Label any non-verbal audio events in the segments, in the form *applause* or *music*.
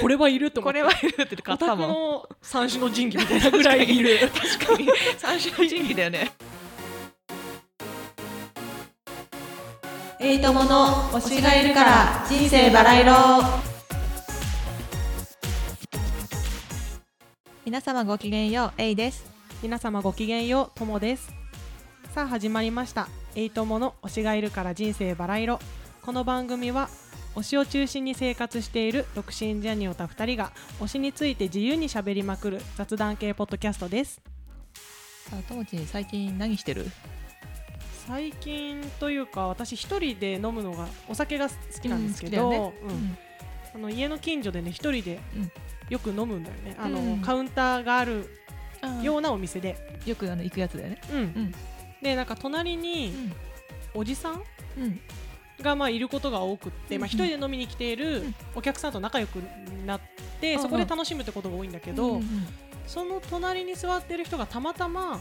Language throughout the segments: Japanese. これはいると思こってれはいるって買オっタたクもんの三種の神器みたいなぐらいいる確かに三種の神器だよねエイトもの *laughs* 推しがいるから人生バラ色皆様ごきげんようエイです皆様ごきげんようともですさあ始まりましたエイトモの推しがいるから人生バラ色この番組は推しを中心に生活している独身ジャニオタ2人が推しについて自由にしゃべりまくる雑談系ポッドキャストですさあともちん最近何してる最近というか私一人で飲むのがお酒が好きなんですけど、うん好きだよねうんあの家の近所でね一人でうんよく飲むんだよね、あうんのカウンターがあるよようなお店で、よくあの行くやつだよねうんんでなんか隣におじさんうんがまあいることが多くって、まあ、うん一人で飲みに来ているうんお客さんと仲良くなって、うんそこで楽しむってことが多いんだけけど、その隣に座ってる人がたまたま、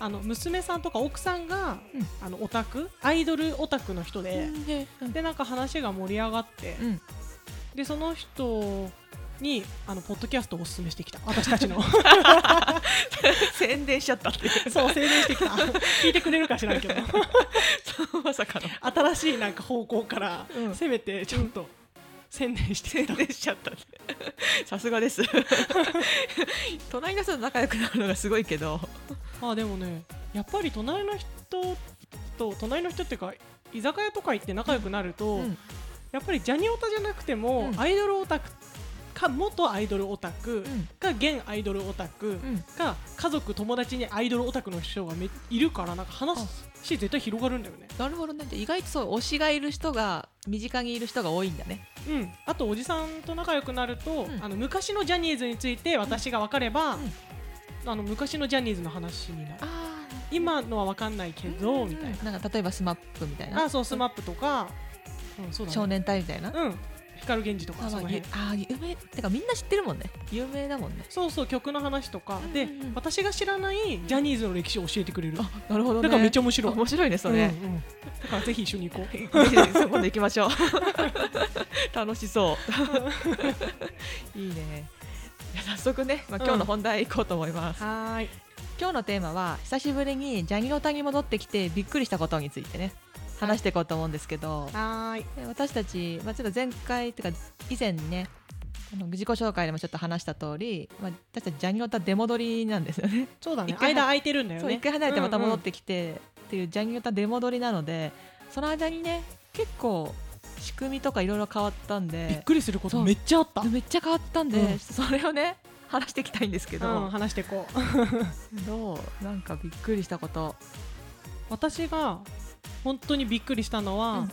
あの娘さんとか奥さんが、うんあのオタクアイドルオタクの人で、でなんか話が盛り上がって、うんでその人にあのポッドキャストをおすすめしてきた私たちの宣伝しちゃったっていう *laughs* そう宣伝してきた *laughs* 聞いてくれるか知らんけどまさかの *laughs* 新しいなんか方向から、うんせめてちょっと宣伝してきた宣伝しちゃったねさすがです隣の人と仲良くなるのがすごいけどまあでもねやっぱり隣の人と隣の人っていうか居酒屋とか行って仲良くなると、うんやっぱりジャニオタじゃなくても、うんアイドルオタクか元アイドルオタうクんか現アイドルオタクうんか家族友達にアイドルオタクの人がめいるからなんか話あ絶対広がるんだよねなるほどねで意外とそう推しがいる人が身近にいる人が多いんだねうん、あとおじさんと仲良くなると、うんあの昔のジャニーズについて私が分かれば、うんあの昔のジャニーズの話になるあ今のは分かんないけど、みたいななんか例えばスマップみたいなあそうスマップとか、うん、そうだね少年隊みたいなうん光源氏とかあそまのあ辺ゆあ有名てかみんな知ってるもんね有名だもんねそうそう曲の話とか、うんでうんうん私が知らないジャニーズの歴史を教えてくれる、あなるほどだからめっちゃ面白い面白いねそれ、うんうんだからぜひ一緒に行こうぜひ *laughs* そこで行きましょう楽しそう *laughs* いいねじゃあ早速ね、まあ、今日の本題行こうと思います、 *laughs* はーい今日のテーマは久しぶりにジャニロタに戻ってきてびっくりしたことについてね話していこうと思うんですけどはーいで私たち、まあ、ちょっと前回というか以前にねあの自己紹介でもちょっと話した通り、まあ、私たちジャニロタ出戻りなんですよね。そうだね一回間空いてるんだよねそう一回離れてまた戻っうんてきてっていうジャニオタ出戻りなのでその間にね結構仕組みとかいろいろ変わったんうんびっでくりすることそうめっちゃあっためっちゃ変わったんで、うんそれをね話していきたいんですけうんど、話していこうどうなんかびっくりしたこと私が本当にびっくりしたのは、うん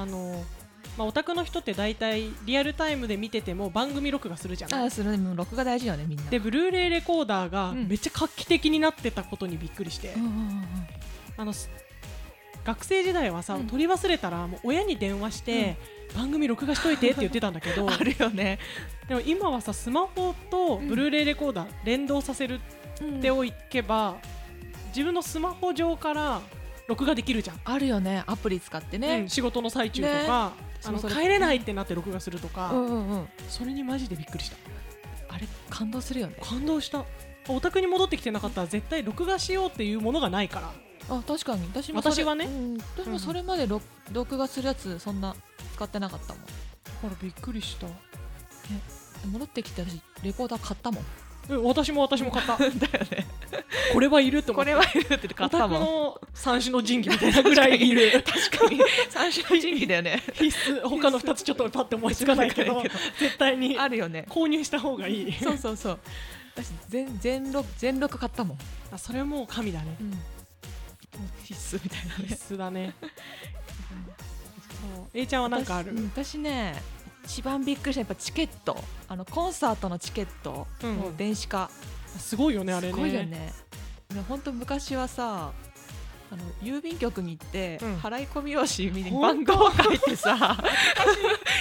あのまあオタクの人って大体リアルタイムで見てても番組録画するじゃないあするねもう録画大事よねみんなでブルーレイレコーダーがうんめっちゃ画期的になってたことにびっくりして、うんうんうんうんあのす学生時代はさ、うん取り忘れたらもう親に電話して、番組録画しといてって言ってたんだけ *laughs* どあるよねでも今はさスマホとブルーレイレコーダー連動させるっておいけば、自分のスマホ上から録画できるじゃん、あるよねアプリ使ってうねん、仕事の最中とか、あのそうそれ帰れないってなって録画するとか、うんうんうんそれにマジでびっくりしたあれ感動するよね感動したオタクに戻ってきてなかったら絶対録画しようっていうものがないからあ確かに私もそれ私はねうん私もそれまで録録画するやつそんな使ってなかったもんだからびっくりした戻ってきて私レコーダー買った *laughs* もんうん私も私も買っただよ *laughs* ねこれはいると思こってれはいるって買ったもんオタクの三種の神器みたいなぐらいいる確かに三種の神器だよね必須他の2つちょっとパッて思いつかないけど思いつか絶対にあるよ *laughs* ね購入した方がいいそうそうそう私全全録全録買ったもん、あそれもう神だねうん、必須みたいなね必須だねそう A ちゃん *laughs* は何かある私うん私ね一番びっくりしたやっぱチケットあのコンサートのチケットうんの電子化、すごいよねあれねすごいよね本当昔はさあの郵便局に行って、うん払い込み用紙にほ番ん号書いてさ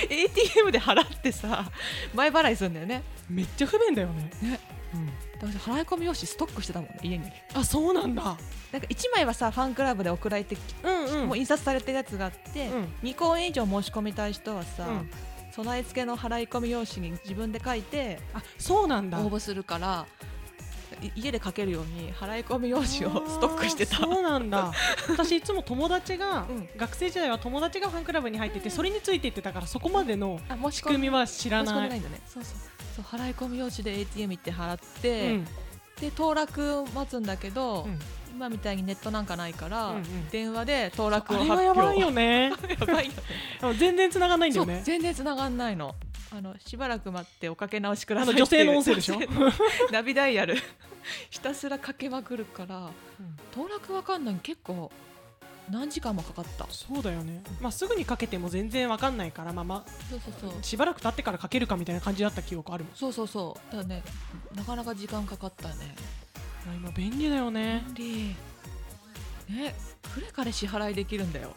ATM で払ってさ前払いするんだよねめっちゃ不便だよねねうん私払い込み用紙ストックしてたもんね家にあそうなんだなんか1枚はさファンクラブで送られてきてうんうもうい印刷されてるやつがあって、うん2公演以上申し込みたい人はさ、うん備え付けの払い込み用紙に自分で書いてあそうなんだ応募するからい家で書けるように払い込み用紙をストックしてたあーそうなん *laughs* だ私いつも友達が、うん学生時代は友達がファンクラブに入っててそれについていってたからそこまでのあ申し仕込組みみは知ら申し込んなでいないんだねそうそうそう払い込み用紙で ATM 行って払って、うんで当落を待つんだけど、うん今みたいにネットなんかないから、うんうん電話で当落あをれ発は表やばいよね *laughs* やばいよねあの全然繋がんないんだそようね全然繋がんないのあのしばらく待っておかけ直しくだあさいのってい女う性の音声でしょ *laughs* ナビダイヤル *laughs* ひたすらかけまくるから当落わかんないの結構何時間もかかった *laughs* そうだよね、まあ、すぐにかけても全然わかんないから、まあまそうそうそうあ、しばらく経ってからかけるかみたいな感じだった記憶あるもんそうそうそうだからねなかなか時間かかったねいや今便利だよね、便利ねクレカで支払いできるんだよ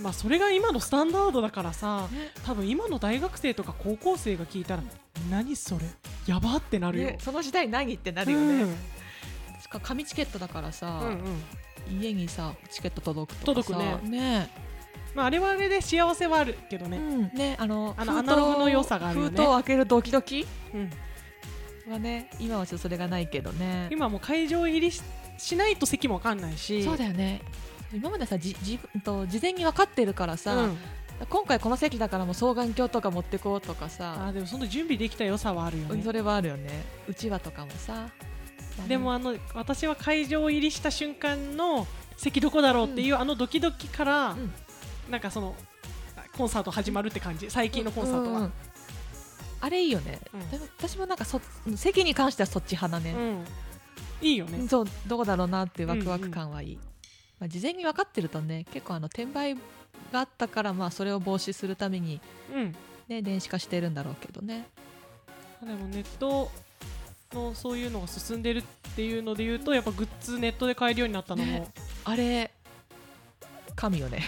まあ、それが今のスタンダードだからさね多分今の大学生とか高校生が聞いたら何それやばってなるよ、ねその時代何ってなあるよね、しかも紙チケットだからさ、うんうん家にさチケット届くとかさ届くねまあ、あれはあれで幸せはあるけどうね、んねあのあの封ア筒ナログの良さがあるよね封筒を開けるドキドキうんはね今はちょっとそれがないけどね今もう会場入りししないと席もわかんないしそうだよね今までさじじうんと事前に分かってるからさ、うん今回この席だからもう双眼鏡とか持ってこうとかあさ、ーでもその準備できた良さはあるようんねそれはあるよねうちわとかもさでもあの私は会場入りした瞬間の席どこだろうっていう、あのドキドキから、んなんかそのコンサート始まるって感じ最近のコンサートは、うんうんあれいいよね、うんでも私もなんかそうん席に関してはそっち派だね、うんいいようねん、そうどこだろうなっていうワクワク感はいい、まあ、事前に分かってるとね結構あの転売があったからまあそれを防止するためにうんね電子化してるんだろうけどねでもネットのそういうのが進んでるっていうので言うとやっぱグッズネットで買えるようになったのもねあれ神よね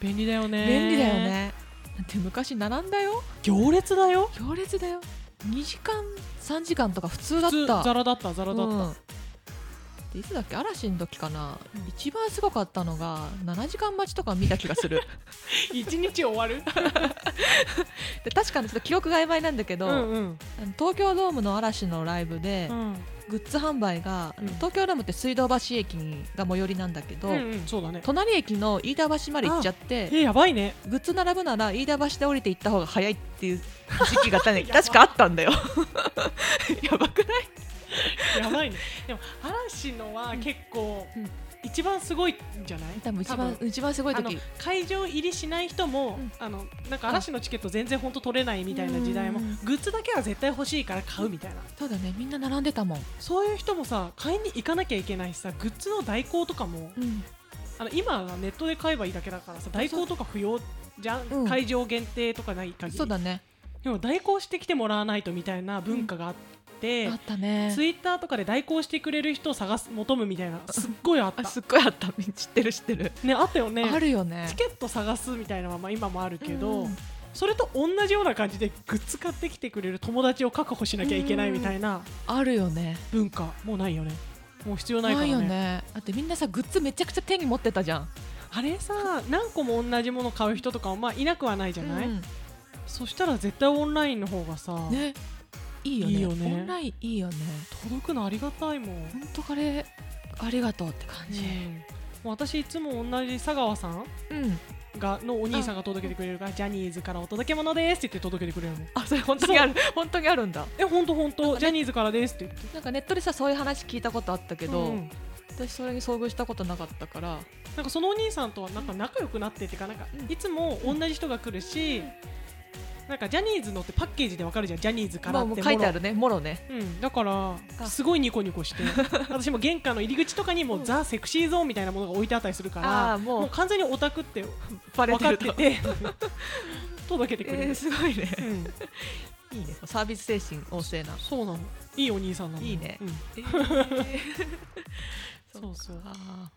便利だよね便利だよねだって昔並んだよ行列だよ行列だよ2時間3時間とか普通だ普った通ザラだったザラだった、うんでいつだっけ嵐の時かな、一番すごかったのが7時間待ちとか見た気がす *laughs* る一日終わるで確かにちょっと記憶が曖昧なんだけど、うんうんあの東京ドームの嵐のライブで、うんグッズ販売が、うん東京ドームって水道橋駅が最寄りなんだけど、うんうんそうだね隣駅の飯田橋まで行っちゃってえやばいねグッズ並ぶなら飯田橋で降りて行った方が早いって *laughs* いう時期がた、ね、確かあったんだよ *laughs* やばくないやば *laughs* いね。でも嵐のは結構、うん一番すごいんじゃない？多分一多番一番すごいあの時会場入りしない人も、うんあのなんか嵐のチケット全然本当取れないみたいな時代も、うんグッズだけは絶対欲しいから買うみたいな、そうだねみんな並んでたもん、そういう人もさ買いに行かなきゃいけないしさグッズの代行とかも、あの今はネットで買えばいいだけだからさ代行とか不要じゃん、うん会場限定とかない限りそうだねでも代行してきてもらわないとみたいな文化があって、あったねツイッターとかで代行してくれる人を探す求むみたいなすっごいあったあすっごいあった *laughs* 知ってる知ってる、ねあったよねあるよねチケット探すみたいなのはまあ今もあるけど、うんそれと同じような感じでグッズ買ってきてくれる友達を確保しなきゃいけないみたいなあるよね文化もうないよねもう必要なないからいねよねだってみんなさグッズめちゃくちゃ手に持ってたじゃんあれさ何個も同じもの買う人とかもまあいなくはないじゃない、うんそしたら絶対オンラインの方がさ、ねいいよねいいよねオンラインいいよね届くのありがたいもん、本当あれありがとうって感じうんもう私いつも同じ佐川さんうんがのお兄さんが届けてくれるからジャニーズからお届け物ですって言って届けてくれるのあそれ本当にある本当にあるんだえ本当本当ジャニーズからですって言ってなんかネットでさそういう話聞いたことあったけど、うん私それに遭遇したことなかったからなんかそのお兄さんとはなんか仲良くなってっていうかなんかうんいつも同じ人が来るし、なんかジャニーズのってパッケージでわかるじゃんジャニーズからまっあてもうも書いてある、るねもろねうん、だからすごいニコニコして *laughs* 私も玄関の入り口とかにもうザ・セクシーゾーンみたいなものが置いてあったりするからあーもう完全にオタクってバレ分てかっるとてて *laughs* 届けてくれえるー、、すごいねうん、いいねサービス精神旺盛なそうなのいいお兄さんなのいいねうん、そそううそそうう *laughs* あーあ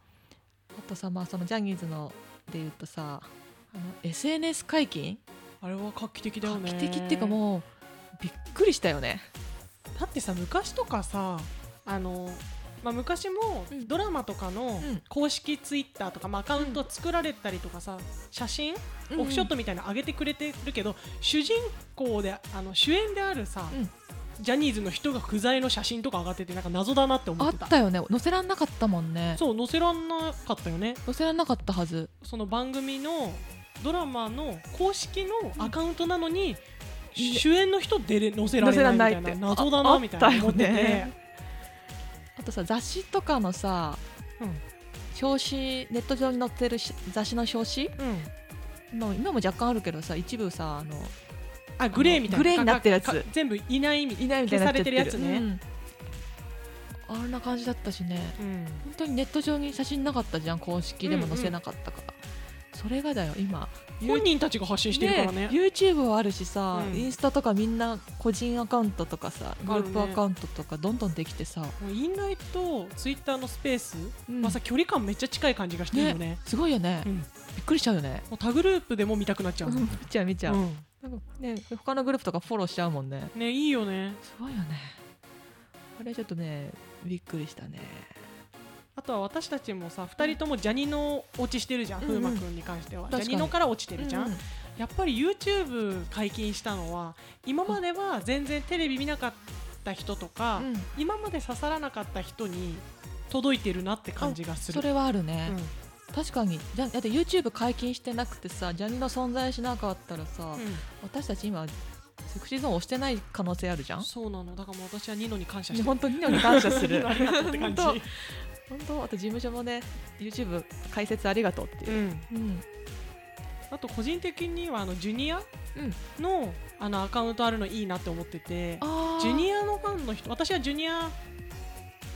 とさまあそのジャニーズので言うとさあの SNS 解禁あれは画期的だよ画期ね的っていうかもうびっくりしたよねだってさ昔とかさあのままあ、昔もうんドラマとかのうん公式ツイッターとか、まあ、アカウント作られたりとかさ写真、オフショットみたいなの上げてくれてるけど主人公であの主演であるさ、うんジャニーズの人が不在の写真とか上がっててなんか謎だなって思あっってたたよね載せらんなかったもんねそう載せらんなかったよね載せらんなかったはずその番組のドラマの公式のアカウントなのに、主演の人出れ載せられないみた載せらんないっていな謎だあなあみたいな思ってて、あったよねあとさ雑誌とかのさ、うん表紙ネット上に載ってるし雑誌の表うん、紙の今も若干あるけどさ一部さあのあグレーみたいグなレーになってるやつかか全部いないみたいいないみたいになっちゃって消されてるやつね、うんあんな感じだったしねな、うん本当にネット上に写真なかったじゃん公式でも載せなかったから、それがだよ今本人たちが発信してるからねね YouTube はあるしさ、うんインスタとかみんな個人アカウントとかさグループアカウントとかどんどんできてさ、もうインライとツイッターのスペース、うんまあ、さ距離感めっちゃ近い感じがしてるよねすごいよね、うんびっくりしちゃうよねもう他グループでも見たくなっちゃう、見ちゃう見ちゃう、うんなんかね他のグループとかフォローしちゃうもんねねいいよねすごいよねあれちょっとねびっくりしたねあとは私たちもさ2人ともジャニの落ちしてるじゃんうんう風ん磨、くん、君に関しては確ジかにャニのから落ちてるじゃん、うんやっぱり YouTube 解禁したのは今までは全然テレビ見なかった人とか、うん今まで刺さらなかった人に届いてるなって感じがするそれはあるね、うん確かにじゃだって YouTube 解禁してなくてさジャニの存在しなかったらさ、私たち今セクシーゾーン押してない可能性あるじゃんそうなのだからもう私はニノに感謝してる本当にね感謝す *laughs* ニるノありがとうって感じ、本本当あと事務所もね YouTube 解説ありがとうってういう、ん、うんあと個人的にはあのジュニアうの,、あのアカウントあるのいいなって思っててあジュニアのファンの人私はジュニア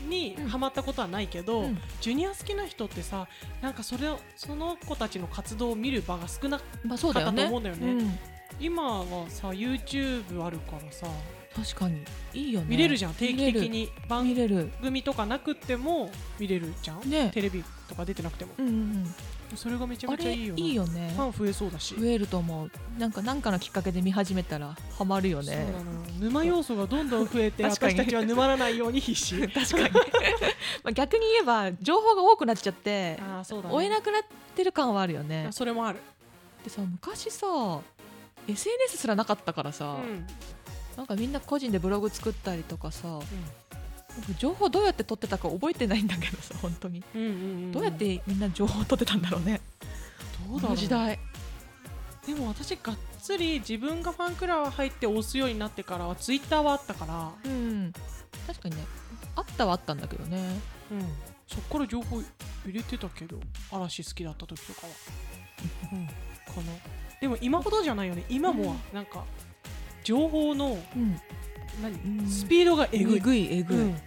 にうんハマったことはないけど、うんジュニア好きな人ってさなんかそれをその子たちの活動を見る場が少なかまあそうだよったとね思うんだよねうん今はさ YouTube あるからさ確かにいいよね見れるじゃん定期的に番見れる組とかなくっても見れるじゃん、ねテレビとか出てなくてもうんうんそれがめちゃうん、あめちゃれいいよないいよねファン増えそうだし増えると思うなんかなんかのきっかけで見始めたらハマるよそうなねの沼要素がどんどん増えて確か私にたちは沼らないように必 *laughs* 死確かにまあ逆に言えば情報が多くなっちゃってああそうだね追えなくなってる感はあるよねそれもある、でさ昔さ SNS すらなかったからさ、うんなんかみんな個人でブログ作ったりとかさ僕情報どうやって取ってたか覚えてないんだけどさ本当に、うんうんうん、どうやってみんな情報を取ってたんだろうねどこうだろのう時代でも私がっつり自分がファンクラブ入って押すようになってからはツイッターはあったから、うん確かにねあったはあったんだけどねうん、そっから情報入れてたけど嵐好きだった時とかは、うん、かなでも今ほどじゃないよね今もはなんか情報のうん何、うんスピードがえぐいえぐいえぐい、うんフ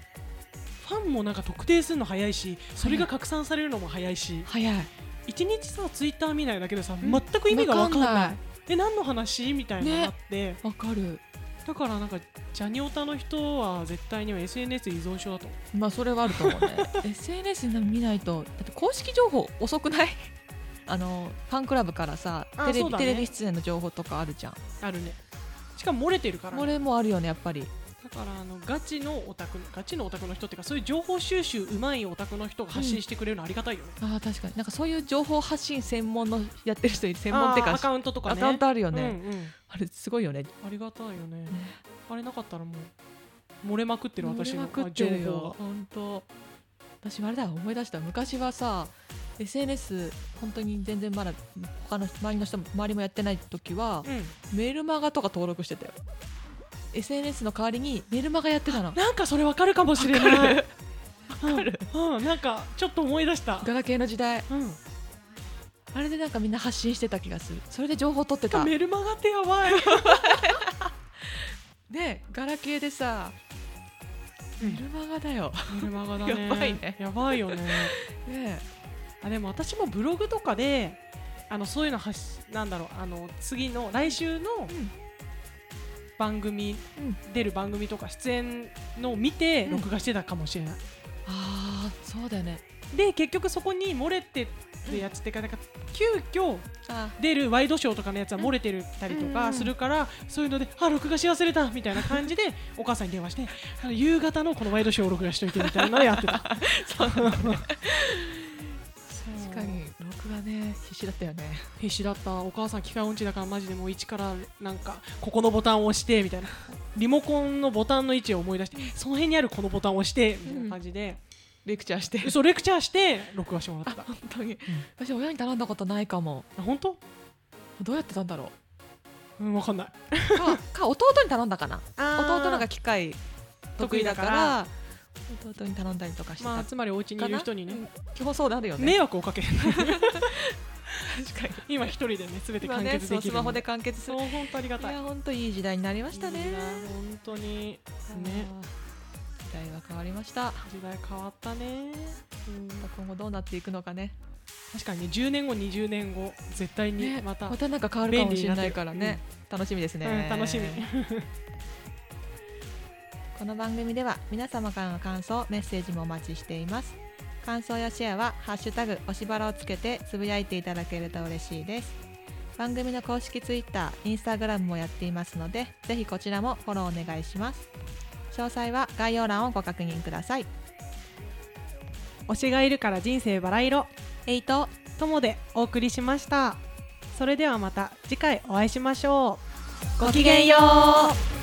ァンもなんか特定するの早いしそれが拡散されるのも早いし早い一日さツイッター見ないだけでさん全く意味が分かんないわかんないえ何の話みたいなのがあって、わかるだからなんかジャニオタの人は絶対には SNS 依存症だと思うまあそれはあると思う *laughs* ね SNS 見ないとだって公式情報遅くない *laughs* あのファンクラブからさあテレビ、そうだねテレビ出演の情報とかあるじゃんあるねしかも漏れてるからね、これもあるよねやっぱりだからあのガチのオタクガチのオタクの人っていうかそういう情報収集うまいオタクの人が発信してくれるのありがたいよね、あー確かになんかそういう情報発信専門のやってる人いる専門っていうあーかアカウントとかねアカウントあるよね、うんうんあれすごいよねありがたいよねあれなかったらもう漏れまくってる漏れ私のまくっあて情るよ報が本当私もあれだ思い出した昔はさ SNS 本当に全然まだ他の周りの人も周りもやってない時はうんメルマガとか登録してたよ SNS の代わりにメルマガやってたのなんかそれわかるかもしれないわかる、うんうんなんかちょっと思い出した、ガラケーの時代うん、あれでなんかみんな発信してた気がするそれで情報取ってたメルマガってやばい、でガラケーでさメルマガだよ、メルマガだねやばいねやばいよねねあでも私もブログとかであのそういうの発しなんだろうあの次の来週のん番組、う出る番組とか出演のを見てうん録画してたかもしれない、ああそうだよねで結局そこに漏れてでやつってかなんか急遽あ出るワイドショーとかのやつは漏れてるたりとうんうかんするからそういうので「あ録画し忘れた」みたいな感じで *laughs* お母さんに電話してあの夕方のこのワイドショーを録画しといてみたいなのをやってた確 *laughs* かに録画ね必死だったよね必死だったお母さん機械音痴だからマジでもう一からなんかここのボタンを押してみ *laughs* たいなリモコンのボタンの位置を思い出してその辺にあるこのボタンを押してみたいな感じで、レクチャーしてそうレクチャーして録画してもらった本当に、私親に頼んだことないかもあ本当どうやってたんだろうん分かんないう *laughs* かか弟に頼んだかな弟のの方が機械得意だから弟に頼んだりとかしてた、まあつまりお家にいる人にねうん基本そうなるよね迷惑をかける確かに今一人でね全て今完ね結そでうスきるマのホで完結すそるう本当ありがいたいや本当いい時代になりましたねいいな本当にねあー時代は変わりました時代変わったね、うん、今後どうなっていくのかね確かにね10年後20年後絶対にねまた、またなんか変わるかもしれないからね、楽しみですね、うん、楽しみこの番組では皆様からの感想メッセージもお待ちしています感想やシェアは「ハッシュタグおしばら」をつけてつぶやいていただけると嬉しいです番組の公式ツイッターインスタグラムもやっていますのでぜひこちらもフォローお願いします詳細は概要欄をご確認ください *laughs* 推しがいるから人生バラ色えいとともでお送りしましたそれではまた次回お会いしましょうごきげんよう